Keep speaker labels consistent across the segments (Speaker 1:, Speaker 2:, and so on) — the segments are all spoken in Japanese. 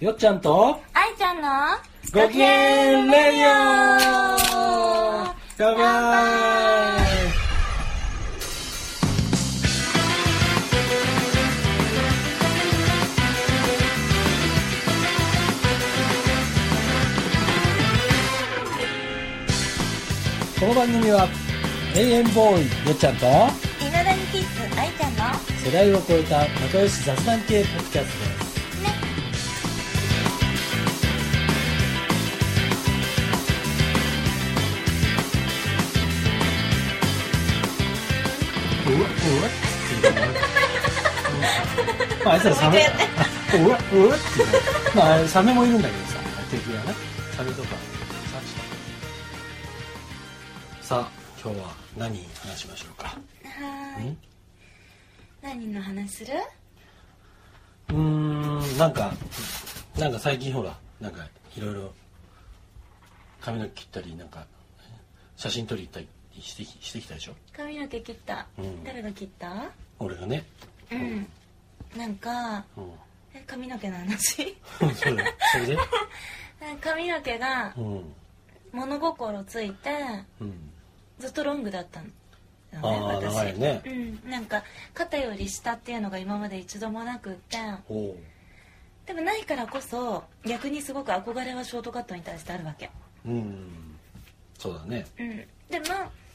Speaker 1: よっちゃんと
Speaker 2: 愛ちゃんの
Speaker 1: ごきげんレディオ乾杯この番組は永遠ボーイよっちゃんと
Speaker 2: いまだにキッズ愛ちゃんのね
Speaker 1: 世代を超えた仲良し雑談系ポッドキャストですうわうわ まああいつらサメうわうわっていうねまあサメもいるんだけどさ敵はねサメとかサチとかさあ今日は何話しましょうか
Speaker 2: はーい
Speaker 1: ん
Speaker 2: 何の話する
Speaker 1: うーんなんかなんか最近ほらなんかいろいろ髪の毛切ったりなんか写真撮り行ったりしてきしてきたでしょ
Speaker 2: 髪の毛切った、
Speaker 1: うん
Speaker 2: 誰が切った
Speaker 1: 俺がね
Speaker 2: うんなんか
Speaker 1: うん
Speaker 2: え髪の毛の 話
Speaker 1: それそ れで
Speaker 2: 髪の毛が
Speaker 1: うん
Speaker 2: 物心ついて
Speaker 1: うん
Speaker 2: ずっとロングだったの
Speaker 1: ああ長いね
Speaker 2: うん、なんか肩より下っていうのが今まで一度もなくって
Speaker 1: おお
Speaker 2: でもないからこそ逆にすごく憧れはショートカットに対してあるわけ
Speaker 1: うんそうだね
Speaker 2: うん、でも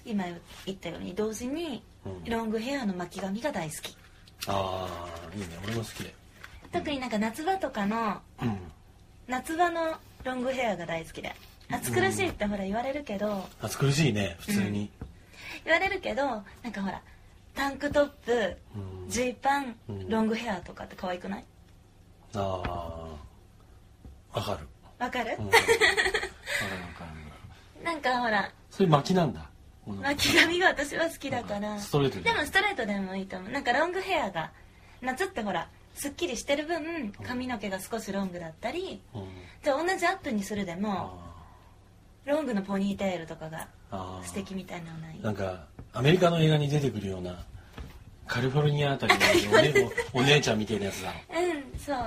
Speaker 2: 今言ったように同時に
Speaker 1: うん
Speaker 2: ロングヘアの巻き髪が大好き、
Speaker 1: ああいいね俺も好きで
Speaker 2: 特になんか夏場とかの
Speaker 1: うん
Speaker 2: 夏場のロングヘアが大好きで暑苦しいってほら言われるけど、
Speaker 1: 暑苦しいね普通に
Speaker 2: 言われるけどなんかほらタンクトップ
Speaker 1: うん、
Speaker 2: ジーパン
Speaker 1: うん
Speaker 2: ロングヘアとかって可愛くない
Speaker 1: ああわかる
Speaker 2: わかる
Speaker 1: うんわかるわかる
Speaker 2: なんかほら
Speaker 1: それ巻きなんだ
Speaker 2: 巻き髪が私は好きだから
Speaker 1: ストレート
Speaker 2: でもストレートでもいいと思うなんかロングヘアが夏ってほらすっきりしてる分髪の毛が少しロングだったり
Speaker 1: も、うん、
Speaker 2: じゃあ同じアップにするでも
Speaker 1: あ
Speaker 2: ロングのポニーテールとかが
Speaker 1: ーあー
Speaker 2: 素敵みたいなのない
Speaker 1: なんかアメリカの映画に出てくるようなカリフォルニアあたりのお,、ね、おお姉ちゃんみたいなやつだ
Speaker 2: うん そう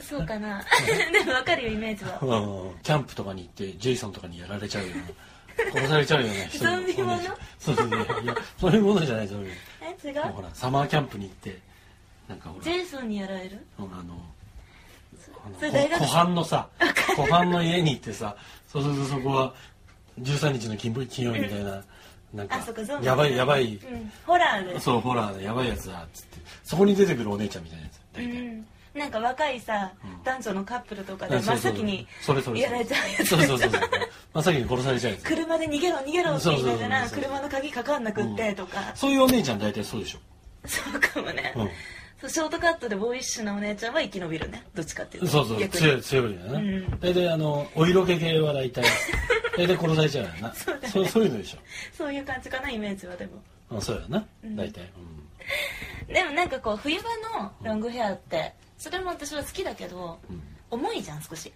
Speaker 2: そうかなでもわかるよイメージは
Speaker 1: うんキャンプとかに行ってジェイソンとかにやられちゃうような 殺されちゃうような人
Speaker 2: ゾンビもの
Speaker 1: そうそうそういやそういうものじゃないそういう
Speaker 2: え違う
Speaker 1: もうほらサマーキャンプに行ってなんかほ
Speaker 2: ジ
Speaker 1: ら
Speaker 2: ェイソンにやられる
Speaker 1: ほらあのあの
Speaker 2: それ大学
Speaker 1: 湖畔のさ湖畔の家に行ってさそうするとそこは13日の金曜金曜日みたいななんか
Speaker 2: あそっかゾンビ
Speaker 1: やばいやばい、
Speaker 2: うんホラーで
Speaker 1: そうホラーでやばいやつだっつってそこに出てくるお姉ちゃんみたいなやつ
Speaker 2: う
Speaker 1: 大体、
Speaker 2: んなんか若いさ、
Speaker 1: うん
Speaker 2: 男女のカップルとかで
Speaker 1: あ
Speaker 2: 真
Speaker 1: そう
Speaker 2: っ
Speaker 1: そう
Speaker 2: 先に
Speaker 1: それそれ
Speaker 2: やられちゃうやつ
Speaker 1: そうそうそうそう真っ先に殺されちゃうやつ
Speaker 2: 車で逃げろ逃げろって言いながら
Speaker 1: そうそうそうそう
Speaker 2: 車の鍵かかんなくってとか、
Speaker 1: そういうお姉ちゃん大体そうでしょ
Speaker 2: そうかもね、
Speaker 1: うん
Speaker 2: そうショートカットでボーイッシュなお姉ちゃんは生き延びるねどっちかっていうと
Speaker 1: そうそう
Speaker 2: 逆に
Speaker 1: 強い強いよな、
Speaker 2: うん
Speaker 1: 大体あのお色気系は大 体大体殺されちゃうよな
Speaker 2: そうだね
Speaker 1: そうそういうのでし
Speaker 2: そういう感じかなイメージはでも
Speaker 1: ょ、うん、そうやな、
Speaker 2: うん
Speaker 1: 大体、
Speaker 2: でもなんかこう冬場のロングヘアってそれも私は好きだけど
Speaker 1: うんうん、
Speaker 2: 重いじゃん少し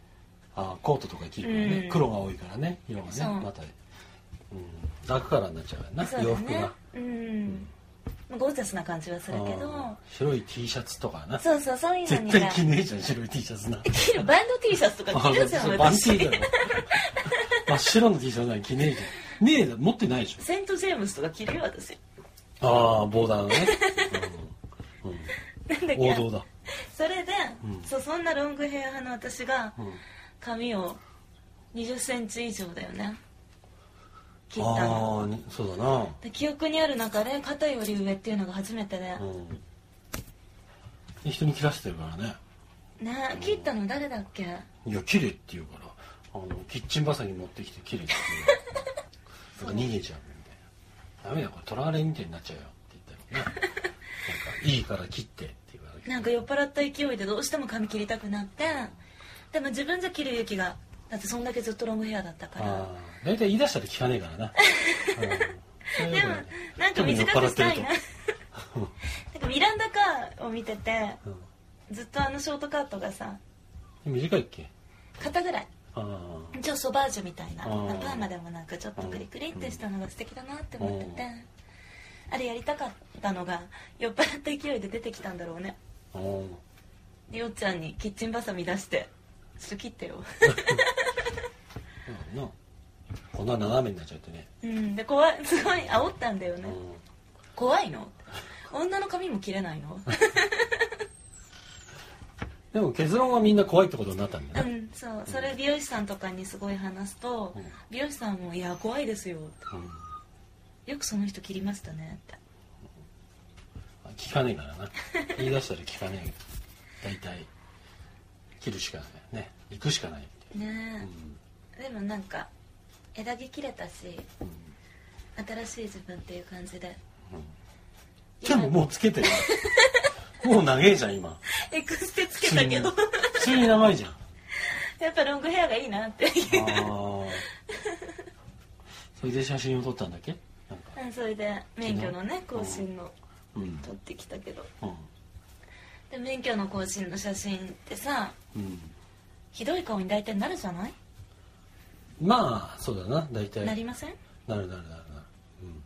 Speaker 1: あーコートとか着るからね、
Speaker 2: うん
Speaker 1: 黒が多いからね色が
Speaker 2: そう
Speaker 1: ねまた、うん、ダークカラーになっちゃうよな、
Speaker 2: そう
Speaker 1: 洋
Speaker 2: だ
Speaker 1: 服
Speaker 2: ね
Speaker 1: が
Speaker 2: うんゴージャスな感じはするけ
Speaker 1: あー
Speaker 2: ど
Speaker 1: 白い T シャツとかな
Speaker 2: そうそうそういうの
Speaker 1: 絶
Speaker 2: に
Speaker 1: 対着ねえじゃん白い T シャツな
Speaker 2: 着るバンド T シャツと か着るじゃ
Speaker 1: あそ
Speaker 2: ん
Speaker 1: うバンテ
Speaker 2: 私
Speaker 1: ィーだろ真っ白の T シャツなんか着ねえじゃんねえだ持ってないでし
Speaker 2: セント・ジェームスとか着るよ私
Speaker 1: ょああボーダーの ね、うんうん
Speaker 2: なんだっ
Speaker 1: 王
Speaker 2: け
Speaker 1: 道だ、
Speaker 2: それで、
Speaker 1: うん
Speaker 2: そうそんなロングヘア派の私が
Speaker 1: うん、
Speaker 2: 髪を2 0センチ以上だよね切ったの
Speaker 1: ああーそうだな
Speaker 2: で記憶にある中で肩より上っていうのが初めてで、
Speaker 1: うんで人に切らせてるからね
Speaker 2: ねえ切ったの誰だっけ
Speaker 1: いや切れって言うからあのキッチンバサミ持ってきて切れって 言うなんか逃げちゃうみたいなダメだこれ取られみたいになっちゃうよって言ったらねなんかいいから切ってって言われて
Speaker 2: なんか酔っ払った勢いでどうしても髪切りたくなってでも自分じゃ切る勇気がだってそんだけずっとロングヘアだったから
Speaker 1: ああ大体言い出したら聞かねえから な、うん
Speaker 2: でもなんか短く したいななんかミランダカーを見てて
Speaker 1: うん
Speaker 2: ずっとあのショートカットがさ
Speaker 1: 短いっけ
Speaker 2: 肩ぐらい
Speaker 1: ああ
Speaker 2: 一応ソバージュみたいな
Speaker 1: あ
Speaker 2: パ
Speaker 1: ー
Speaker 2: ーマでもなんかちょっとクリクリってしたのが素敵だなって思ってて
Speaker 1: う
Speaker 2: あれやりたかったのが酔っ払った勢いで出てきたんだろうね
Speaker 1: ああ
Speaker 2: でよっちゃんにキッチンバサミ出してちょっと切ってよ
Speaker 1: うんなこんな斜めになっちゃってね、
Speaker 2: うんで怖いすごい煽ったんだよ
Speaker 1: う
Speaker 2: ね
Speaker 1: ん、
Speaker 2: 怖いの女の髪も切れな いの
Speaker 1: でも結論はみんな怖いってことになったんだ
Speaker 2: う
Speaker 1: ね、
Speaker 2: んそうそれ美容師さんとかにすごい話すと、
Speaker 1: うん
Speaker 2: 美容師さんも「いや怖いですよ」
Speaker 1: うん
Speaker 2: よくその人切りましたね」って
Speaker 1: 聞かねえからな 言い出したら聞かねえ大体切るしかないね行くしかない、うん
Speaker 2: ねえ、でもなんか枝毛切れたし
Speaker 1: うん
Speaker 2: 新しい自分っていう感じで
Speaker 1: うん、でももうつけ てるもう長えじゃん今
Speaker 2: エクステつけたけど
Speaker 1: 普通に普通に長いじゃんあ
Speaker 2: やっぱロングヘアがいいなっていう
Speaker 1: ーそれで写真を撮ったんだっけなんか
Speaker 2: うんそれで免許のね更新の
Speaker 1: うんうん
Speaker 2: 撮ってきたけどで免許の更新の写真ってさ
Speaker 1: うん
Speaker 2: ひどい顔に大体なるじゃない
Speaker 1: まあそうだな大体
Speaker 2: なりません
Speaker 1: なるなるなるなる、うん、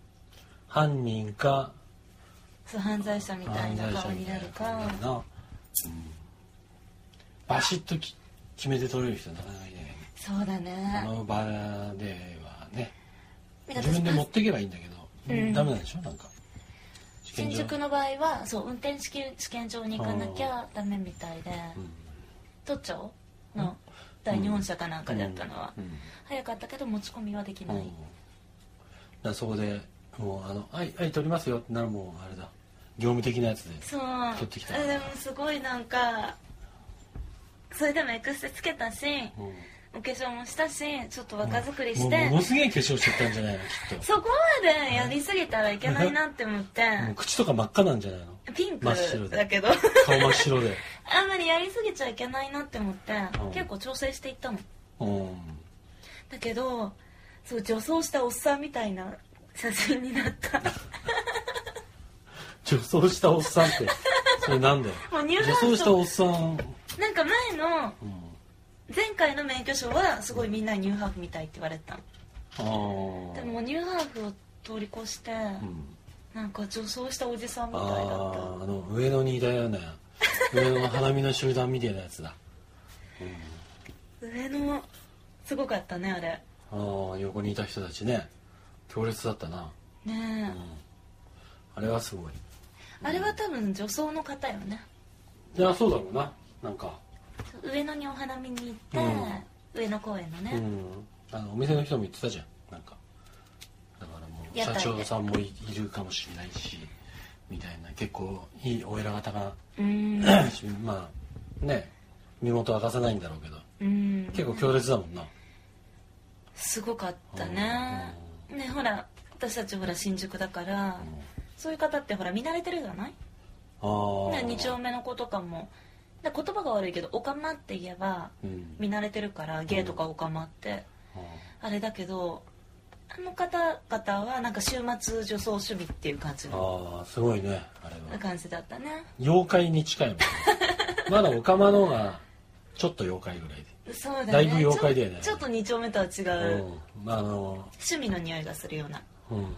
Speaker 1: 犯人か
Speaker 2: そう犯罪者みたいな顔になるか
Speaker 1: なうん、バシッとき決めて取れる人なかなかいないよね
Speaker 2: そうだ
Speaker 1: あ
Speaker 2: ね
Speaker 1: の場ではね
Speaker 2: なんか
Speaker 1: 自分で
Speaker 2: 私
Speaker 1: 持っていけばいいんだけど、
Speaker 2: うん
Speaker 1: ダメなんでしょなんか試
Speaker 2: 新宿の場合はそう運転試験試験場に行かなきゃダメみたいで
Speaker 1: うん
Speaker 2: 都庁の第日本社かなんかでやったのは
Speaker 1: うんうん
Speaker 2: 早かったけど持ち込みはでき
Speaker 1: う
Speaker 2: なんい
Speaker 1: だからそこでもうあの「はいはい取りますよ」ってなるもうあれだ業務的なやつで
Speaker 2: そう
Speaker 1: 取ってきた
Speaker 2: えでもすごいなんかそれでもエクステつけたし
Speaker 1: うん
Speaker 2: お化粧もしたしちょっと若作りし
Speaker 1: もう
Speaker 2: て
Speaker 1: ものすげえ化粧してったんじゃないのきっ
Speaker 2: そこまでやりすぎたらいけないなって思って
Speaker 1: ともう口とか真っ赤なんじゃないの
Speaker 2: ピンク
Speaker 1: 真っ白
Speaker 2: だ
Speaker 1: で
Speaker 2: けど
Speaker 1: 顔真っ白で
Speaker 2: あんまりやりすぎちゃいけないなって思って
Speaker 1: うん
Speaker 2: 結構調整していったの
Speaker 1: うん
Speaker 2: だけどそう女装したおっさんみたいな写真になった
Speaker 1: 女装したおっさんってそれなんだよ
Speaker 2: もう入
Speaker 1: 女
Speaker 2: 学
Speaker 1: 装したおっさん、
Speaker 2: なんか前の
Speaker 1: うん、
Speaker 2: 前回の免許証はすごいみんなニューハーフみたいって言われてたの
Speaker 1: あー
Speaker 2: でもニューハーフを通り越して、
Speaker 1: うん、
Speaker 2: なんか女装したおじさんみたいだった
Speaker 1: あーあの上野にいたような上野の花見の集団みたいなやつだ、
Speaker 2: 上のすごかったねあれ
Speaker 1: うん、ああ横にいた人たちね強烈だったな、
Speaker 2: ね
Speaker 1: うん、あれはすごい
Speaker 2: え、あれは多分女装の方よね
Speaker 1: いやそうだろうななんか、
Speaker 2: 上野にお花見に行って、上野公園の
Speaker 1: う
Speaker 2: ね、
Speaker 1: ん、あのお店の人も言ってたじゃんなんかだからもう
Speaker 2: 屋台
Speaker 1: 社
Speaker 2: で
Speaker 1: 長さんもいいるかもしれないしみたいな結構いいお偉方が
Speaker 2: うーん、
Speaker 1: まあね身元明かさないんだろうけど
Speaker 2: うん、
Speaker 1: 結構強烈だもんな
Speaker 2: すごかったね、ねほら私たちほら新宿だから、そういう方ってほら見慣れてるじゃない、
Speaker 1: ああ
Speaker 2: ね、2丁目の子とかもで言葉が悪いけど「おかま」って言えば
Speaker 1: うん
Speaker 2: 見慣れてるからゲイとかおかまって、あれだけどあの方々はなんか週末女装趣味っていう感じ
Speaker 1: あ
Speaker 2: の
Speaker 1: ーすごいねあれは
Speaker 2: 感じだったね
Speaker 1: 妖怪に近いもん ねまだオカマのがちょっと妖怪ぐらい
Speaker 2: そうだね
Speaker 1: だいぶ妖怪だよね
Speaker 2: ちょちょっと2丁目とは違
Speaker 1: で
Speaker 2: う、
Speaker 1: うんまああの
Speaker 2: 趣味の匂いがするような
Speaker 1: うん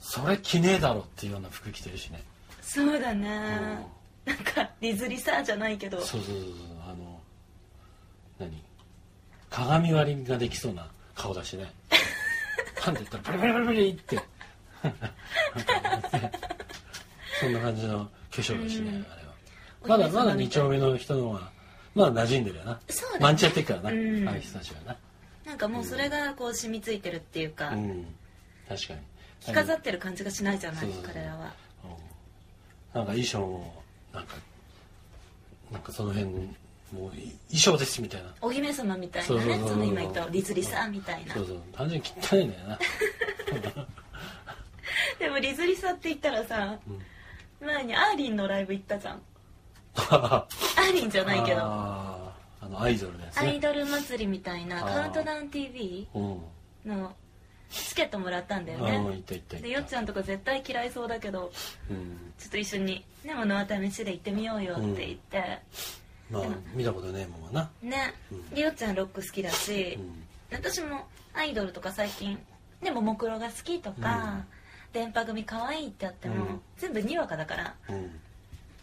Speaker 1: それ着ねえだろっていうような服着てるしね
Speaker 2: そうだね
Speaker 1: うん
Speaker 2: なんかリズリサーじゃないけど
Speaker 1: そうそうそうそうあの何鏡割りができそうな顔だしねパンって言ったらパリパリパリパリってなんかねそんな感じの化粧だしね、
Speaker 2: う
Speaker 1: あ
Speaker 2: ん
Speaker 1: れはまだ
Speaker 2: お姫
Speaker 1: ま
Speaker 2: 様みたい
Speaker 1: だ2丁目の人のはまだ馴染んでるよな
Speaker 2: そうだね
Speaker 1: マンチやってっからな、
Speaker 2: うん
Speaker 1: ああいう人たちは
Speaker 2: なんかもうそれがこう染みついてるっていうか、
Speaker 1: なうん確かに
Speaker 2: 着飾ってる感じがしないじゃない、
Speaker 1: そうそうそう
Speaker 2: 彼らは
Speaker 1: うんなんか衣装もなんかなんかその辺もう衣装ですみたいな
Speaker 2: お姫様みたい
Speaker 1: そう
Speaker 2: な
Speaker 1: そう
Speaker 2: ね
Speaker 1: そう
Speaker 2: その今言ったリズリサーみたいな
Speaker 1: そうそう単純に汚いんだよな
Speaker 2: でもリズリサって言ったらさ、前にアーリンのライブ行ったじゃんアーリンじゃないけど
Speaker 1: あーあのアイドルのやつ
Speaker 2: アイ
Speaker 1: ね
Speaker 2: ドル祭りみたいな
Speaker 1: あー
Speaker 2: カウントダウン TV
Speaker 1: うん
Speaker 2: のチケットもらったんだよ
Speaker 1: ああい
Speaker 2: ね
Speaker 1: ったいったいった
Speaker 2: でよっちゃんとか絶対嫌いそうだけど
Speaker 1: うん
Speaker 2: ちょっと一緒に「ね物は試しで行ってみようよ」って言って、
Speaker 1: まあ見たことねえもんはな
Speaker 2: ね
Speaker 1: うん
Speaker 2: でよっちゃんロック好きだし、
Speaker 1: うん
Speaker 2: 私もアイドルとか最近でももクロが好きとか、電波組可愛いってあっても、
Speaker 1: うん
Speaker 2: 全部にわかだから
Speaker 1: うん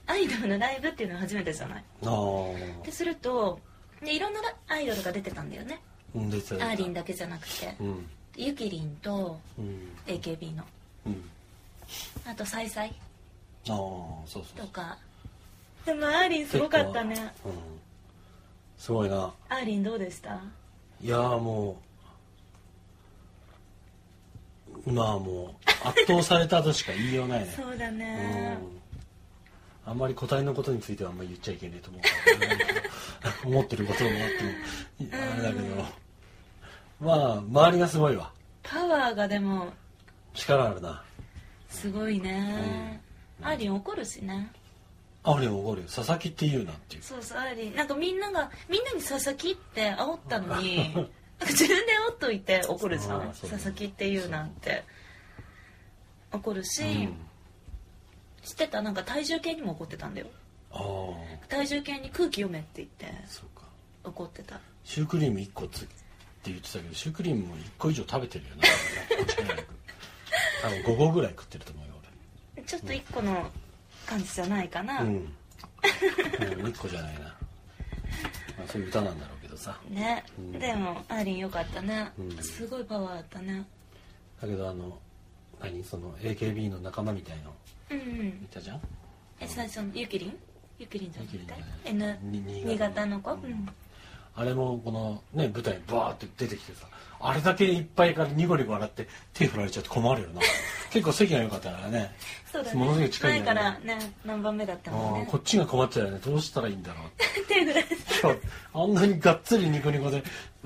Speaker 2: アイドルのライブっていうのは初めてじゃない
Speaker 1: ああ
Speaker 2: ってするとでいろんなアイドルが出てたんだよね
Speaker 1: うん出て
Speaker 2: ア
Speaker 1: た
Speaker 2: ーリンだけじゃなくて
Speaker 1: うん
Speaker 2: ゆきりんと
Speaker 1: うん、
Speaker 2: AKB の
Speaker 1: うん、
Speaker 2: あとサイサイ
Speaker 1: ああそうそう
Speaker 2: とかでもアーリンすごかったね
Speaker 1: うんすごいな
Speaker 2: アーリンどうでした
Speaker 1: いやーもうまあもう圧倒されたとしか言いようないね
Speaker 2: そうだ
Speaker 1: う
Speaker 2: ね
Speaker 1: んあんまり個体のことについてはあんまり言っちゃいけないと思うからね思ってることもあってもあれだけどまあ周りがすごいわ
Speaker 2: パワーがでも
Speaker 1: 力あるな
Speaker 2: すごいねアーリン怒るしね
Speaker 1: あれ怒るよ佐々木って言うなっていう
Speaker 2: そうそうアーリンなんかみんながみんなに佐々木って煽ったの に自分で煽っといて怒るじゃ
Speaker 1: あ
Speaker 2: ん
Speaker 1: ーそう
Speaker 2: 佐々木って言うなんて怒るし、
Speaker 1: うん
Speaker 2: 知ってたなんか体重計にも怒ってたんだよ
Speaker 1: ああ
Speaker 2: 体重計に空気読めって言って
Speaker 1: そうか
Speaker 2: 怒ってた
Speaker 1: シュークリーム1個つって言ってたけどシュークリームも1個以上食べてるよな間違いなく多分5個ぐらい食ってると思うよ
Speaker 2: ちょっと一個の感じじゃないかな、
Speaker 1: 俺うん、うん、1個じゃないな、まあ、そういう歌なんだろうけどさ
Speaker 2: ね、
Speaker 1: うん
Speaker 2: でもアーリンよかったね、
Speaker 1: うん
Speaker 2: すごいパワーあったね
Speaker 1: だけどあの何その AKB の仲間みたいの
Speaker 2: うんう
Speaker 1: い
Speaker 2: ん
Speaker 1: たじゃん
Speaker 2: え最初のゆきりんゆきりんじゃなく
Speaker 1: ゆき
Speaker 2: て
Speaker 1: りんじゃない
Speaker 2: N
Speaker 1: に
Speaker 2: 新潟の子、
Speaker 1: う
Speaker 2: うんん、
Speaker 1: あれもこのね舞台にバーって出てきてさあれだけいっぱいからニコニコ笑って手振られちゃって困るよ な結構席が良かったからね
Speaker 2: そうだ
Speaker 1: ものすごい
Speaker 2: ね
Speaker 1: 近い
Speaker 2: 前
Speaker 1: ん
Speaker 2: か
Speaker 1: だよね
Speaker 2: らね何番目だったもん
Speaker 1: あ
Speaker 2: ね
Speaker 1: ーこっちが困っちゃうよねどうしたらいいんだろうって
Speaker 2: 手ぐらい
Speaker 1: 今日あんなにがっつりニコニコで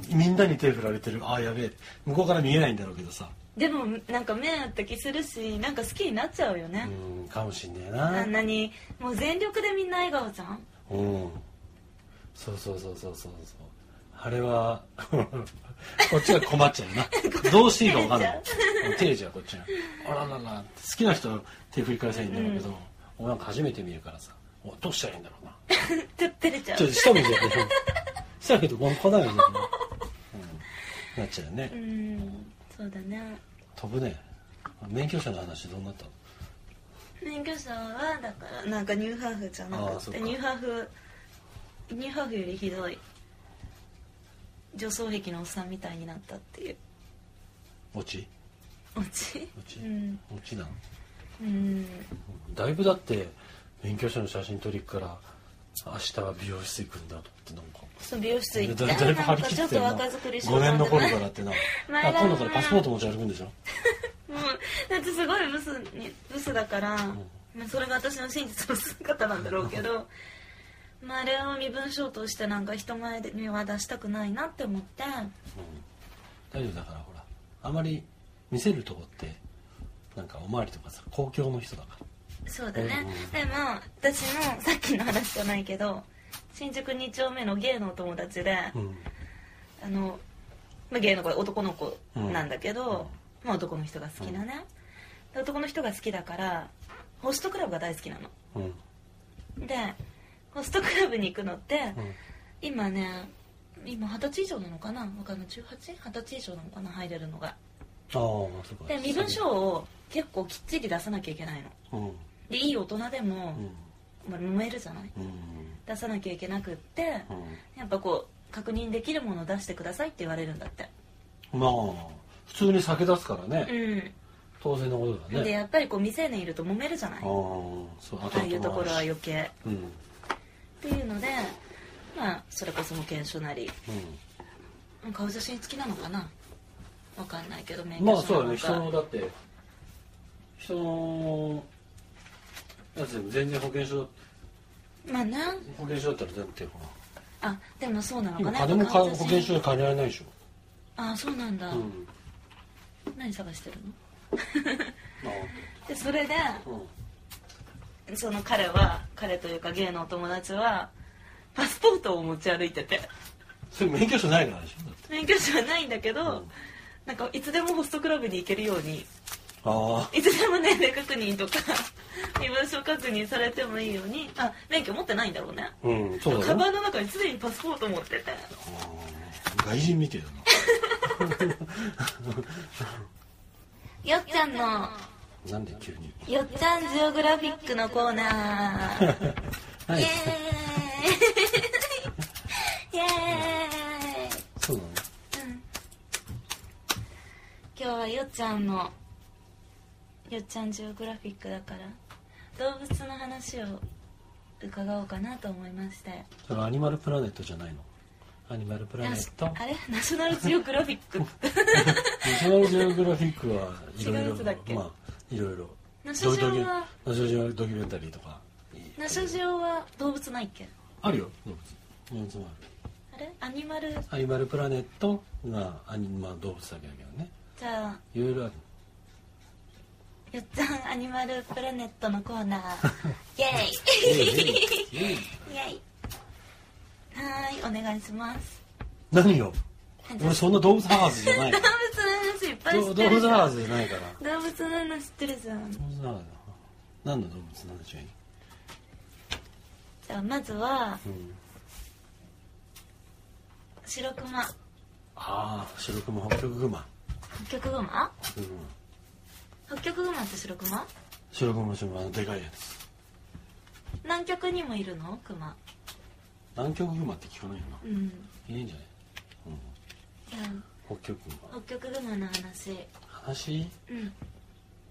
Speaker 1: みんなに手振られてるああやべえ向こうから見えないんだろうけどさ
Speaker 2: でもなんか目あった気するしなんか好きになっちゃうよね、
Speaker 1: うんかもしんねえ
Speaker 2: あ
Speaker 1: なん
Speaker 2: なにもう全力でみんな笑顔じゃん
Speaker 1: うんそうそうそうそうそうそうあれはこっちが困っちゃう などうしていいか分かんない手入れちゃうこっちがあららら好きな人は手振り返せばいいんだろうけど、俺なんか初めて見るからさおどうしたらいいんだろうな
Speaker 2: ちょっと照れちゃ
Speaker 1: ちょっ
Speaker 2: う
Speaker 1: と下見てやって下見てこの粉ないんだよな、うん、なっちゃうよね、
Speaker 2: うんそうだね
Speaker 1: 飛ぶね免許証の話どうなったの
Speaker 2: 免許証はだからなんかニューハーフじゃな
Speaker 1: あー
Speaker 2: く
Speaker 1: そう
Speaker 2: て
Speaker 1: か
Speaker 2: ニューハーフニューハーフよりひどい女装壁のおっさんみたいになったっていう
Speaker 1: 落ち
Speaker 2: オチ
Speaker 1: 落ち、
Speaker 2: うん
Speaker 1: 落ちなの
Speaker 2: うん
Speaker 1: だいぶだって免許証の写真撮り行くから明日は美容室行くんだと思ってなんか
Speaker 2: その美容室行って
Speaker 1: だだいぶ
Speaker 2: な
Speaker 1: 張
Speaker 2: ん
Speaker 1: り
Speaker 2: か
Speaker 1: 切
Speaker 2: ちょ
Speaker 1: っ
Speaker 2: って
Speaker 1: る
Speaker 2: と
Speaker 1: な
Speaker 2: 若作りし
Speaker 1: 5年の頃からだ
Speaker 2: も
Speaker 1: ってな
Speaker 2: 前
Speaker 1: あ
Speaker 2: 田
Speaker 1: 今度からパスポート持ち歩くんでしょ
Speaker 2: うだってすごいブスにブスだから、まあ、それが私の真実の姿なんだろうけどまああれを身分証としてなんか人前には出したくないなって思って
Speaker 1: 大丈夫だからほらあまり見せるとこってなんかおまわりとかさ公共の人だから
Speaker 2: そうだね、
Speaker 1: うん
Speaker 2: でも私のさっきの話じゃないけど新宿2丁目のゲイのお友達で、
Speaker 1: うん
Speaker 2: あの、まあ、ゲイの子男の子なんだけど、まあ、男の人が好きなね、で男の人が好きだからホストクラブが大好きなの
Speaker 1: うん
Speaker 2: でホストクラブに行くのって、
Speaker 1: うん
Speaker 2: 今ね今二十歳以上なのかなわかんない18二十歳以上なのかな入れるのが
Speaker 1: ああそうか
Speaker 2: で身分証を結構きっちり出さなきゃいけない
Speaker 1: う
Speaker 2: の
Speaker 1: んうん
Speaker 2: でいい大人でも、まあ揉めるじゃない
Speaker 1: うん
Speaker 2: 出さなきゃいけなくって、
Speaker 1: うん
Speaker 2: やっぱこう確認できるものを出してくださいって言われるんだって
Speaker 1: まあ普通に酒出すからね、
Speaker 2: う
Speaker 1: 当然のことだ
Speaker 2: んで
Speaker 1: ね
Speaker 2: やっぱりこう未成年いると揉めるじゃな
Speaker 1: あ
Speaker 2: い
Speaker 1: あそう
Speaker 2: ああいうところは
Speaker 1: よ
Speaker 2: 余計
Speaker 1: うんうん
Speaker 2: っていうのでまあそれこそ保険証なり顔写真付きなのかなわかんないけど免許
Speaker 1: ま
Speaker 2: 証
Speaker 1: あそうだね
Speaker 2: なの
Speaker 1: 人の
Speaker 2: か
Speaker 1: だって人のやつでも全然保険証
Speaker 2: まあね
Speaker 1: 保険証だったらだってほら
Speaker 2: あでもそうなのか
Speaker 1: 今
Speaker 2: な
Speaker 1: 金もか
Speaker 2: 顔写
Speaker 1: 保
Speaker 2: 真
Speaker 1: 険証で借りられないでしょ
Speaker 2: あそうなんだ、
Speaker 1: うん
Speaker 2: 何探してるの
Speaker 1: ま
Speaker 2: でそれで
Speaker 1: あうん
Speaker 2: その彼は彼というか芸のお友達はパスポートを持ち歩いてて
Speaker 1: それ免許証ないからでしょだって
Speaker 2: 免許証はないんだけど、
Speaker 1: ん
Speaker 2: なんかいつでもホストクラブに行けるように
Speaker 1: あ
Speaker 2: いつでも年齢確認とか 身分証確認されてもいいようにあ免許持ってないんだろうね
Speaker 1: あうんそうだ
Speaker 2: カ
Speaker 1: ね
Speaker 2: バンの中にすでにパスポート持ってて
Speaker 1: うん外人みてえ
Speaker 2: よっちゃんの
Speaker 1: だななんで急に
Speaker 2: 「よっちゃんジオグラフィック」のコーナー
Speaker 1: はい
Speaker 2: イエーイイエーイっちゃんのよっちゃんジオグラフィックだから動物の話を伺おうかなと思いまして
Speaker 1: それアニマルプラネットじゃないのアニマルプラネット
Speaker 2: ナシあれナショナルジオグラフィッ ク
Speaker 1: ナショナルジオグラフィックはいろい
Speaker 2: 違う
Speaker 1: ろ
Speaker 2: やつだっけ
Speaker 1: まあいろいろ
Speaker 2: ナショジオは
Speaker 1: ドキュナショジオドキュメンタリーとか
Speaker 2: ナショジオは動物ないっけ
Speaker 1: あるよ動物動物もある
Speaker 2: あれアニマル
Speaker 1: アニマルプラネットがアニまあ動物だけだけどね
Speaker 2: じゃあ
Speaker 1: いろ いろある
Speaker 2: よっちゃんアニマルプラネットのコーナー イ
Speaker 1: イ
Speaker 2: エイイ
Speaker 1: エイイエイイエイ
Speaker 2: エイはーいお願いします
Speaker 1: 何よ俺そんな動物博士じゃ ないか
Speaker 2: 動物の話いっぱい
Speaker 1: ら
Speaker 2: 知
Speaker 1: ど
Speaker 2: って
Speaker 1: 動
Speaker 2: る
Speaker 1: 物
Speaker 2: じゃん
Speaker 1: 博士じゃないから
Speaker 2: 動物の話知ってるじゃん
Speaker 1: 動物博士だ何の動物なんでしょうい
Speaker 2: じゃあまずは
Speaker 1: うん
Speaker 2: 白クマ
Speaker 1: ああ白熊北極熊
Speaker 2: 北極熊マ
Speaker 1: 北極熊
Speaker 2: 北極熊って白クマ
Speaker 1: 白熊白熊あのでかいやつ
Speaker 2: 南極にもいるのクマ
Speaker 1: 南極熊って聞かないよな
Speaker 2: うん
Speaker 1: いないんじゃない、うん、
Speaker 2: いや
Speaker 1: 北極熊
Speaker 2: 北極熊の話
Speaker 1: 話
Speaker 2: うん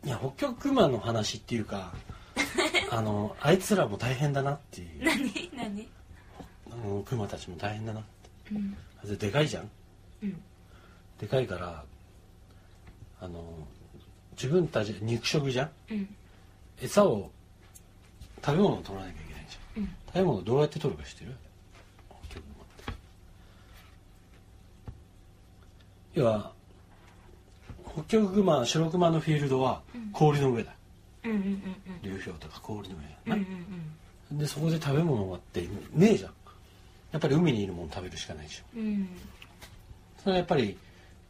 Speaker 1: いや北極熊の話っていう かあのあいつらも大変だなっていう
Speaker 2: 何何
Speaker 1: あの熊たちも大変だなって
Speaker 2: うん
Speaker 1: あいつでかいじゃん
Speaker 2: うん
Speaker 1: でかいからあの自分たち肉食じゃん
Speaker 2: うん
Speaker 1: 餌を食べ物を取らなきゃいけないじゃん
Speaker 2: うん
Speaker 1: 食べ物どうやって取るか知ってる北極熊って要は北極熊白熊のフィールドは氷の上だ、
Speaker 2: うんうんうん
Speaker 1: 流氷とか氷の上だな、
Speaker 2: うんうんうん
Speaker 1: でそこで食べ物があってねえじゃんやっぱり海にいるもの食べるしかないでしょ
Speaker 2: うん
Speaker 1: それはやっぱり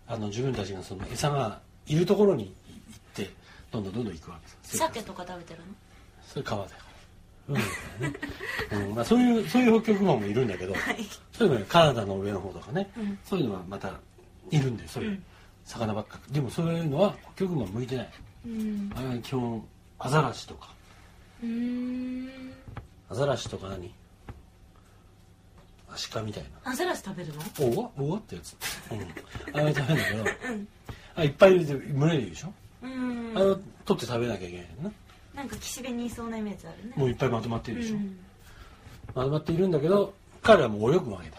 Speaker 1: あの自分たちがその餌がいるところに行ってどんどんどんどん行くわけですよ
Speaker 2: 鮭とか食べてるの
Speaker 1: それ川だから海だからね、うんまあ、そういうそういう北極熊もいるんだけど、
Speaker 2: はい
Speaker 1: そういうのはカナダの上の方とかね、
Speaker 2: うん
Speaker 1: そういうのはまたいるんでそういう、
Speaker 2: うん
Speaker 1: 魚ばっかでもそういうのは北極熊向いてない
Speaker 2: うん
Speaker 1: あれは基本アザラシとか
Speaker 2: うーん
Speaker 1: アザラシとか何アシカみたいな
Speaker 2: アザラシ食べるの
Speaker 1: おわおわってやつ、うん、あれ食べるんだけど、あいっぱいいる群れるでしょ、
Speaker 2: うん
Speaker 1: あれを取って食べなきゃいけないのね
Speaker 2: なんか岸辺にいそうなイメージあるね
Speaker 1: もういっぱいまとまってるでしょ、
Speaker 2: うん
Speaker 1: まとまっているんだけど彼らも泳ぐわけだ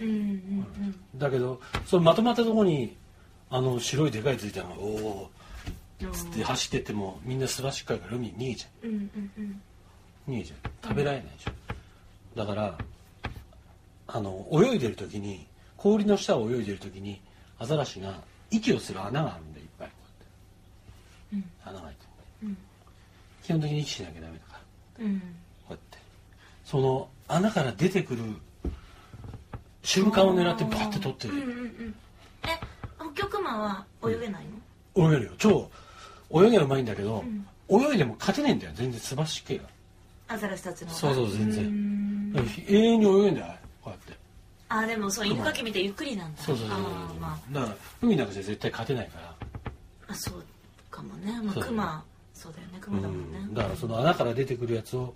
Speaker 2: うんうん
Speaker 1: だけどそのまとまったところにあの白いでかいついたのがおお
Speaker 2: うん
Speaker 1: つって走ってってもみんなすばしっかりから海に逃げちゃ
Speaker 2: うんうんうん
Speaker 1: う逃げちゃう食べられないでしょ、だからあの泳いでる時に氷の下を泳いでる時にアザラシが息をする穴があるんでいっぱいこうやって、穴が開いてる
Speaker 2: うん
Speaker 1: 基本的に息しなきゃダメだから
Speaker 2: うん
Speaker 1: こうやってその穴から出てくる瞬間を狙ってバッて取って
Speaker 2: うんうんうんえ北極熊は泳げないの
Speaker 1: 泳げるよ超泳ぎはうまいんだけど
Speaker 2: ん、
Speaker 1: 泳いでも勝てないんだよ全然すばしっけが
Speaker 2: アザラシたちの
Speaker 1: そうそう全然
Speaker 2: 然
Speaker 1: 永遠に泳いんだよあれこうやって
Speaker 2: あでもそうイルカキ見てゆっくりなんだ
Speaker 1: そうそうそう
Speaker 2: あ
Speaker 1: そう
Speaker 2: ーま
Speaker 1: だから海の中じゃ絶対勝てないから
Speaker 2: ああそうかもねまあ
Speaker 1: そう
Speaker 2: クマそうだよねクマだもんね
Speaker 1: だからその穴から出てくるやつを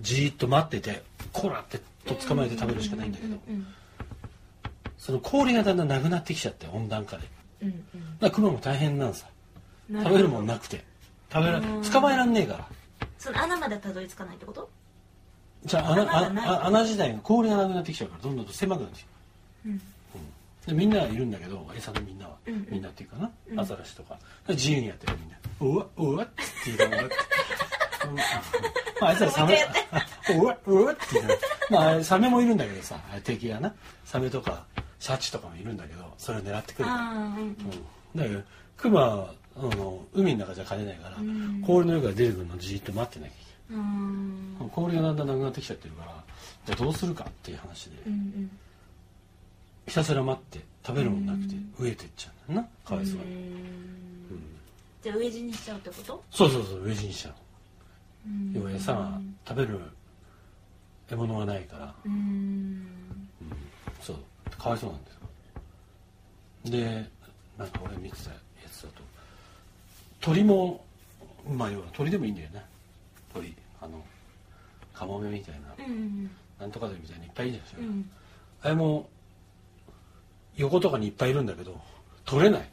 Speaker 1: じーっと待っててコラってとっ捕まえて食べるしかないんだけど
Speaker 2: うんうん
Speaker 1: その氷がだんだんなくなってきちゃって温暖化でだか
Speaker 2: うんうん
Speaker 1: ら雲も大変なんさ
Speaker 2: なる
Speaker 1: 食
Speaker 2: ほど
Speaker 1: べるもんなくて食べら
Speaker 2: うん
Speaker 1: 捕まえらんねえから
Speaker 2: その穴までたどり着かないってこと
Speaker 1: じゃあ穴
Speaker 2: 穴がない
Speaker 1: ああ穴自体が氷がなくなってきちゃうからどんどんと狭くなってきちゃ
Speaker 2: うん
Speaker 1: うでみんなはいるんだけど餌のみんなは、
Speaker 2: うん
Speaker 1: みんなっていうかな、
Speaker 2: うん
Speaker 1: アザラシとか自由にやってるみんな「うわうわ」って言いなが らうんまああいつらサメ「うわうわ」って言いながらまああれサメもいるんだけどさあれ敵がなサメとかシャチとかもいるんだけどそれを狙ってくるから
Speaker 2: ああうん
Speaker 1: うん、だけどクマはあの海の中じゃ勝てないから、
Speaker 2: ん
Speaker 1: 氷の上から出てくるのをじーっと待ってなきゃいけない
Speaker 2: うん
Speaker 1: 氷がだんだんなくなってきちゃってるからじゃあどうするかっていう話で、
Speaker 2: うんうん
Speaker 1: ひたすら待って食べるもんなくて飢えてっちゃうんだよなかわいそう
Speaker 2: う
Speaker 1: に、
Speaker 2: んじゃあ飢え死にしちゃうってこと
Speaker 1: そうそうそう飢え死にしちゃう
Speaker 2: うん
Speaker 1: 要は餌が食べる獲物がないから、
Speaker 2: うん
Speaker 1: そうかわいそうなんですよでなんか俺見てたやつだと鳥もまあ要は鳥でもいいんだよね鳥あのカモメみたいな、
Speaker 2: うん
Speaker 1: なんとか鳥みたいにいっぱいいるじゃん、
Speaker 2: う
Speaker 1: うんあれも横とかにいっぱいいるんだけど取れない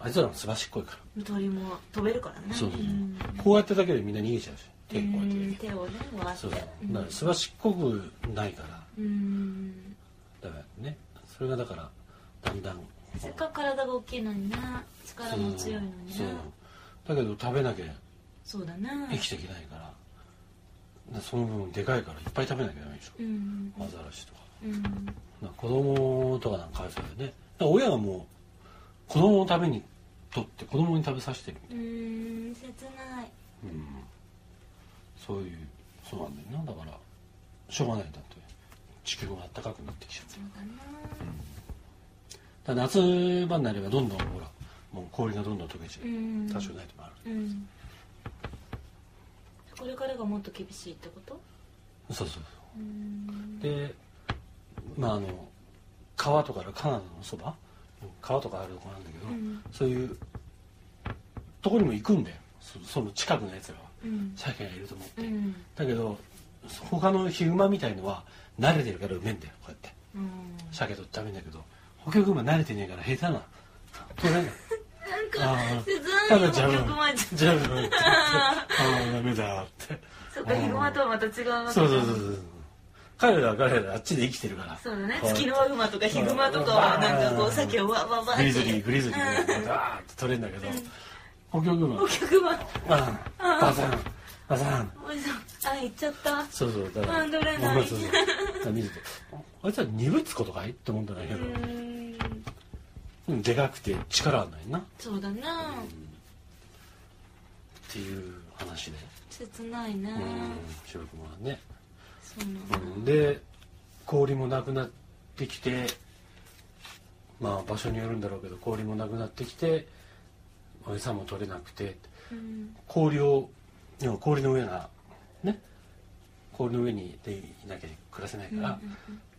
Speaker 1: あいつらもすばしっこいから、
Speaker 2: 鳥も飛べるからね
Speaker 1: そうそうそう
Speaker 2: うん
Speaker 1: こうやってだけでみんな逃げちゃうし手こうやってだけで
Speaker 2: 手をね回って
Speaker 1: そうそう
Speaker 2: うん
Speaker 1: だからすばしっこくないから
Speaker 2: うん
Speaker 1: だからねそれがだからだんだんこう
Speaker 2: せっかく体が大きいのにね力も強いのに
Speaker 1: そう
Speaker 2: ね
Speaker 1: だけど食べなきゃ
Speaker 2: そうだ
Speaker 1: 生
Speaker 2: ね
Speaker 1: きていけないから、でその分でかいからいっぱい食べなきゃダメでしょ、
Speaker 2: うん
Speaker 1: アザラシとか
Speaker 2: うん
Speaker 1: なんか子供とかなんかかわいそうだよねだから親がもう子供のために取って子供に食べさせてるみた
Speaker 2: う
Speaker 1: い
Speaker 2: ん切な
Speaker 1: な、
Speaker 2: い
Speaker 1: うんそういうそうなんだよなだからしょうがないんだって地球が暖かくなってきちゃって
Speaker 2: そうだな
Speaker 1: だから夏場になればどんどんほらもう氷がどんどん溶けちゃう、
Speaker 2: うん
Speaker 1: 多少ないともある
Speaker 2: うんこれからがもっと厳しいってこと
Speaker 1: そうそうそう
Speaker 2: うん
Speaker 1: でまああの川とかあるカナダのそば川とかあるとこなんだけど、
Speaker 2: うん
Speaker 1: そういうとこにも行くんだよそその近くのやつらは
Speaker 2: うん
Speaker 1: 鮭がいると思って、
Speaker 2: うん
Speaker 1: だけど他のヒグマみたいのは慣れてるからうめえんだよこうやって
Speaker 2: うん
Speaker 1: 鮭取って食べんだけどホキョクグマ慣れてねえから下手な取 れない
Speaker 2: なん
Speaker 1: あ
Speaker 2: か
Speaker 1: ー
Speaker 2: 切
Speaker 1: た
Speaker 2: ない
Speaker 1: だ
Speaker 2: よ
Speaker 1: ジャブ
Speaker 2: 曲前じゃん
Speaker 1: ジャブ って言ってああダメだって
Speaker 2: そっかヒグマとはまた違うわけだ
Speaker 1: そうそうそうそう彼らは彼らであっちで生きてるから
Speaker 2: そうだね
Speaker 1: こやって
Speaker 2: 月のワグマとかヒグマとかはなんかこう鮭をわわわ
Speaker 1: グ
Speaker 2: って
Speaker 1: リズリーグリズリー
Speaker 2: うん
Speaker 1: がダーッと取れんだけどホキョクグマ
Speaker 2: お客は
Speaker 1: バンバザンバザン
Speaker 2: おじさんあ行っちゃった
Speaker 1: そうそうだ
Speaker 2: あ取れない
Speaker 1: まあそうそうだから見るとあいつは鈍つことかいって思ったんだけ
Speaker 2: う
Speaker 1: ど、
Speaker 2: ーん
Speaker 1: うん、でかくて力はないなっ
Speaker 2: そうだな
Speaker 1: ていう話で、
Speaker 2: 切ないね
Speaker 1: うん、白熊はね、
Speaker 2: そうなん
Speaker 1: う
Speaker 2: だ
Speaker 1: ん、で氷もなくなってきてまあ場所によるんだろうけど氷もなくなってきてお餌も取れなくて
Speaker 2: うん
Speaker 1: 氷を要は氷の上がね氷の上にでいなきゃ暮らせないから、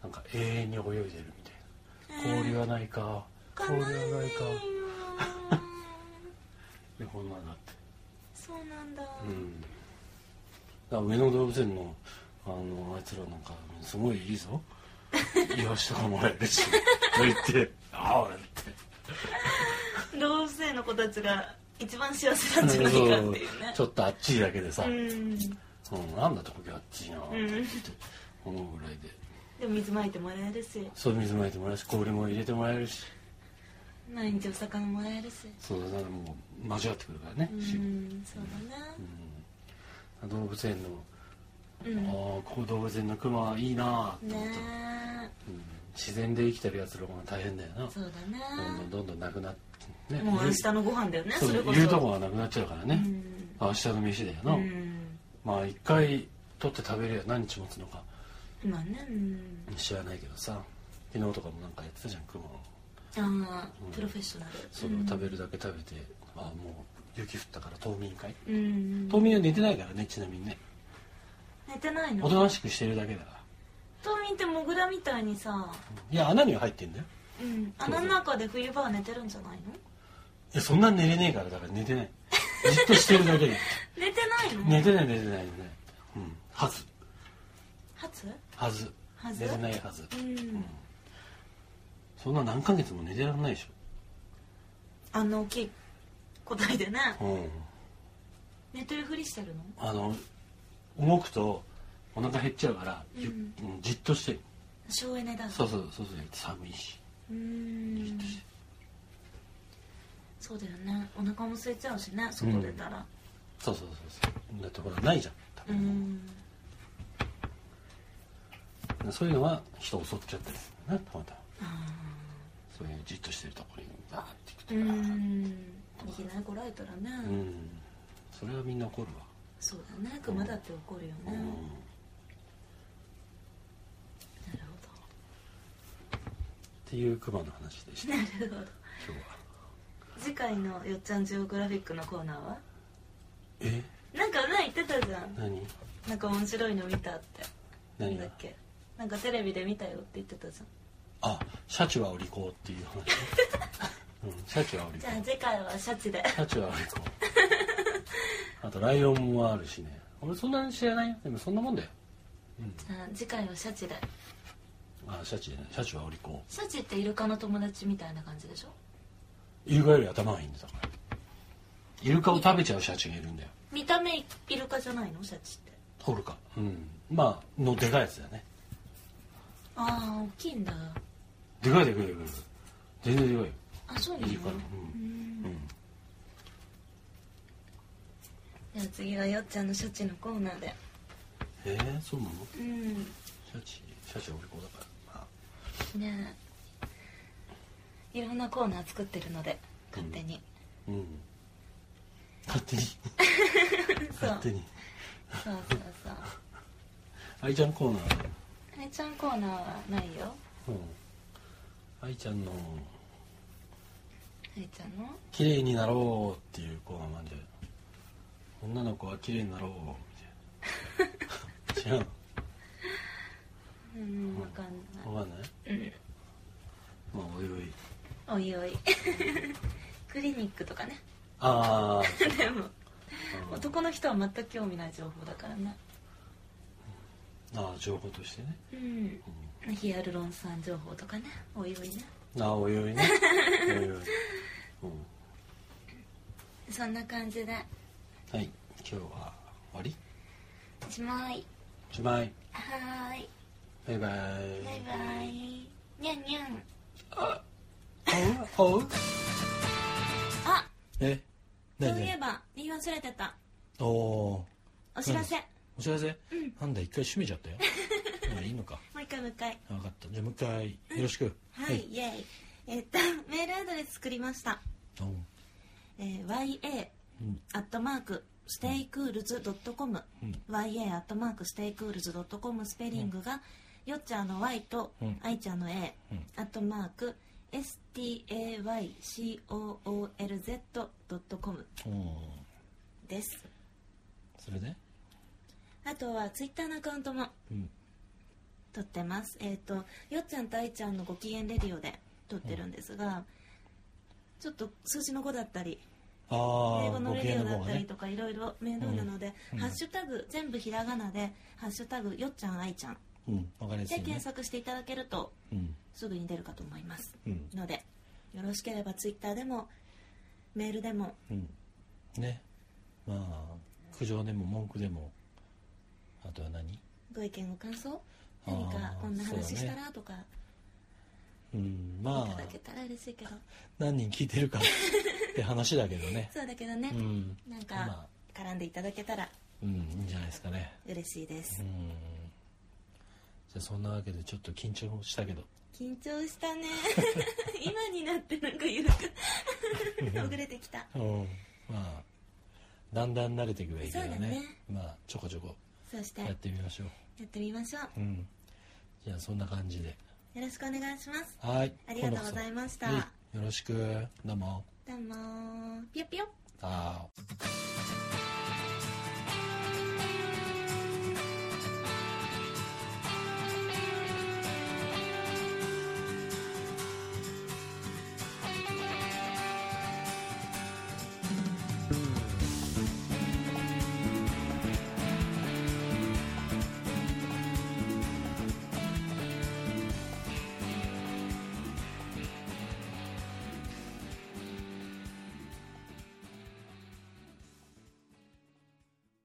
Speaker 1: なんか永遠に泳いでるみたいな氷はないか
Speaker 2: かわ
Speaker 1: 氷
Speaker 2: い
Speaker 1: はない
Speaker 2: よ
Speaker 1: いかでこんなんだって
Speaker 2: そうなんだ
Speaker 1: うんだから上野動物園のあのあいつらなんかすごいいい ぞイワシとかもらえるしと言って「ああ」って
Speaker 2: 同性の子たちが一番幸せなんじゃないかっていうね
Speaker 1: そうちょっとあっちいだけでさ「
Speaker 2: う
Speaker 1: うん、
Speaker 2: ん
Speaker 1: なんだとこきあっちいな」って
Speaker 2: うん
Speaker 1: 思うぐらいで
Speaker 2: でも水まいてもらえるし
Speaker 1: そう水まいてもらえるし氷も入れてもらえるし
Speaker 2: 毎日お魚もらえるし
Speaker 1: そうだからもう交わってくるからね、
Speaker 2: う
Speaker 1: 仕事
Speaker 2: んそうだな
Speaker 1: うん動物園の、
Speaker 2: うん
Speaker 1: ああここ動物園のクマいいなあって思った、
Speaker 2: ね
Speaker 1: うん自然で生きてるやつの方が大変だよな
Speaker 2: えそうだね
Speaker 1: どんどんどんどんなくなってね
Speaker 2: もう
Speaker 1: い
Speaker 2: 明
Speaker 1: る
Speaker 2: 日のご飯だよね
Speaker 1: そ
Speaker 2: それこ
Speaker 1: う
Speaker 2: そ
Speaker 1: いるとこがなくなっちゃうから
Speaker 2: う
Speaker 1: ね、
Speaker 2: ん
Speaker 1: 明日の飯だよな、
Speaker 2: うん
Speaker 1: まあ一回取って食べれば何日持つのか
Speaker 2: まあねうん
Speaker 1: 知らないけどさ昨日とかもなんかやってたじゃんクマを
Speaker 2: ああプロフェッショナル
Speaker 1: それを食べるだけ食べて、ああもう雪降ったから冬眠会
Speaker 2: うん
Speaker 1: 冬眠は寝てないからねちなみにね
Speaker 2: 寝てないの
Speaker 1: おとなしくしてるだけだから
Speaker 2: 冬眠ってモグラみたいにさ
Speaker 1: いや穴には入ってんだよ
Speaker 2: うん穴の中で冬場は寝てるんじゃないの
Speaker 1: いやそんな寝れねえからだから寝てないじっとしてるだけ で
Speaker 2: 寝てないの
Speaker 1: 寝てない寝てない寝てないうんはず
Speaker 2: 初
Speaker 1: はず
Speaker 2: はず
Speaker 1: 寝てないはず
Speaker 2: うん
Speaker 1: そんな何ヶ月も寝てらんないでし
Speaker 2: あの大きい個体でね
Speaker 1: ょうん
Speaker 2: 寝てるふりしてるの
Speaker 1: あの動くとお腹減っちゃうから、ゆ
Speaker 2: うん
Speaker 1: うんじっとしてる
Speaker 2: 省エネだ
Speaker 1: そう
Speaker 2: う
Speaker 1: そうそうそう寒いし
Speaker 2: うん
Speaker 1: じっとして
Speaker 2: そうだよねお腹も空いちゃうしね外出たら
Speaker 1: そうそうそうそうだってほらないじゃん多
Speaker 2: う
Speaker 1: 分
Speaker 2: ん
Speaker 1: そういうのは人を襲っちゃったりするんだなたまたま
Speaker 2: あ
Speaker 1: そういうじっとしてるところにダーっていくと
Speaker 2: ーう
Speaker 1: か
Speaker 2: んいきなり来られたらね、
Speaker 1: うんそれはみんな怒るわ
Speaker 2: そうだね熊だって怒るよね、
Speaker 1: うん
Speaker 2: なる
Speaker 1: っていうクマの話でし
Speaker 2: ほ
Speaker 1: た今
Speaker 2: どなるほ
Speaker 1: 日
Speaker 2: ど
Speaker 1: は
Speaker 2: 次回のよっちゃんジオグラフィックのコーナーは
Speaker 1: え
Speaker 2: なんか前言ってたじゃん
Speaker 1: 何
Speaker 2: なんか面白いの見たって
Speaker 1: 何
Speaker 2: な
Speaker 1: が
Speaker 2: んだっけなんかテレビで見たよって言ってたじゃん
Speaker 1: あシャチはお利口っていう話 うんシャチはお利
Speaker 2: じ
Speaker 1: 口
Speaker 2: ゃあ次回はシャチで
Speaker 1: シャチはお利口あとライオンもあるしね俺そんなに知らないよでもそんなもんだよ
Speaker 2: じゃあ次回はシャチで
Speaker 1: あシャチねシャチはお利口
Speaker 2: シャチってイルカの友達みたいな感じでしょ
Speaker 1: イルカより頭がいいんだからイルカを食べちゃうシャチがいるんだよ
Speaker 2: 見た目イルカじゃないのシャチって
Speaker 1: ホルカうんまあのでかいやつだよね
Speaker 2: ああ大きいんだ
Speaker 1: でかいでかいでかい全然でかいよ
Speaker 2: あそうなの
Speaker 1: いいから
Speaker 2: う
Speaker 1: うんん
Speaker 2: じゃあ次はよっちゃんのシャチのコーナーで
Speaker 1: えー、そうなの
Speaker 2: う
Speaker 1: シ
Speaker 2: ん
Speaker 1: ャチシャチは俺こうだからまあ
Speaker 2: ねえいろんなコーナー作ってるので勝手に、
Speaker 1: うん勝手に
Speaker 2: そう
Speaker 1: 勝手に
Speaker 2: そうそうそう
Speaker 1: 愛ちゃんコーナー
Speaker 2: あれちゃんコーナーはないよ
Speaker 1: うん愛ちゃんの
Speaker 2: あれちゃんの
Speaker 1: 綺麗になろうっていうコーナーなんじゃないの女の子は綺麗になろうみた いな違う
Speaker 2: うんわかん
Speaker 1: のわかんない
Speaker 2: ないうん
Speaker 1: まあおいおい
Speaker 2: おいおい クリニックとかね
Speaker 1: あー
Speaker 2: でも
Speaker 1: あー
Speaker 2: 男の人は全く興味ない情報だからね
Speaker 1: あー情報としてね、
Speaker 2: うん
Speaker 1: うん
Speaker 2: ヒアルロン酸情報とかねおいおいね
Speaker 1: あおいおい ねおいおい、うん、
Speaker 2: そんな感じで
Speaker 1: はい今日は終わり
Speaker 2: おしまい
Speaker 1: おしまい
Speaker 2: はーい
Speaker 1: バイバイ
Speaker 2: バイバイにゃんにゃん
Speaker 1: おうおう
Speaker 2: あ
Speaker 1: え
Speaker 2: そ
Speaker 1: 何
Speaker 2: ういえ
Speaker 1: 何
Speaker 2: ば言い忘れてた
Speaker 1: おお
Speaker 2: お知らせ
Speaker 1: 何お知らせ、なんだ一回閉めちゃったようんいいのか
Speaker 2: もう一回もう一回
Speaker 1: 分かったじゃあもう一回よろしく、
Speaker 2: はい、イエイえっと メールアドレス作りました、
Speaker 1: どうも
Speaker 2: えー、ya
Speaker 1: うん
Speaker 2: アットマークステイクールズドットコム
Speaker 1: うん
Speaker 2: ya アットマークステイクールズドットコムスペリングが、よっちゃんの y と、
Speaker 1: うん
Speaker 2: あいちゃんの a
Speaker 1: うん
Speaker 2: アットマーク staycoolz ドットコム
Speaker 1: お
Speaker 2: です
Speaker 1: ーそれで
Speaker 2: あとはツイッターのアカウントも
Speaker 1: うん
Speaker 2: 撮ってますえっ、とよっちゃんとあいちゃんのご機嫌レディオで撮ってるんですが、ちょっと数字の5だったり
Speaker 1: ああ
Speaker 2: 英語の
Speaker 1: ご
Speaker 2: レ
Speaker 1: 機
Speaker 2: デ
Speaker 1: 嫌
Speaker 2: ィオ
Speaker 1: の
Speaker 2: だ
Speaker 1: 方
Speaker 2: っ
Speaker 1: が
Speaker 2: たり
Speaker 1: ね
Speaker 2: とかいろいろ面倒なので、
Speaker 1: うん
Speaker 2: ハッシュタグ全部ひらがなで「ハッシュタグよっちゃんあいちゃん
Speaker 1: うん分かり」やす
Speaker 2: で
Speaker 1: いよ
Speaker 2: 検
Speaker 1: ね
Speaker 2: 索していただけると
Speaker 1: うん
Speaker 2: すぐに出るかと思います
Speaker 1: うん
Speaker 2: のでよろしければツイッターでもメールでも
Speaker 1: うんねまあ苦情でも文句でもあとは何
Speaker 2: ご意見ご感想
Speaker 1: あー
Speaker 2: 何かこんな話
Speaker 1: そ
Speaker 2: し
Speaker 1: う
Speaker 2: た
Speaker 1: だね
Speaker 2: らとか
Speaker 1: うん
Speaker 2: い
Speaker 1: ま
Speaker 2: た
Speaker 1: あ
Speaker 2: だけたら嬉しいけど
Speaker 1: 何人聞いてるかって話だけど ね
Speaker 2: そうだけどね
Speaker 1: うん
Speaker 2: なん
Speaker 1: ま
Speaker 2: か
Speaker 1: あ
Speaker 2: 絡んでいただけたら
Speaker 1: うんいいんじゃないですかね
Speaker 2: 嬉しいです
Speaker 1: うんじゃあそんなわけでちょっと緊張したけど
Speaker 2: 緊張した ね今になってなんか緩くほぐれてきた
Speaker 1: うんまあだんだん慣れていくばいいから
Speaker 2: そうだ
Speaker 1: ね
Speaker 2: ね
Speaker 1: まあちょこちょこ
Speaker 2: そして
Speaker 1: や
Speaker 2: や
Speaker 1: ってみましょう、
Speaker 2: ってみましょう
Speaker 1: うんじゃあそんな感じで
Speaker 2: よろしくお願いします。
Speaker 1: はい
Speaker 2: ありがとうございました。
Speaker 1: 今度こそはいよろしくどうも
Speaker 2: どうもー。ぴよぴよ。
Speaker 1: ああ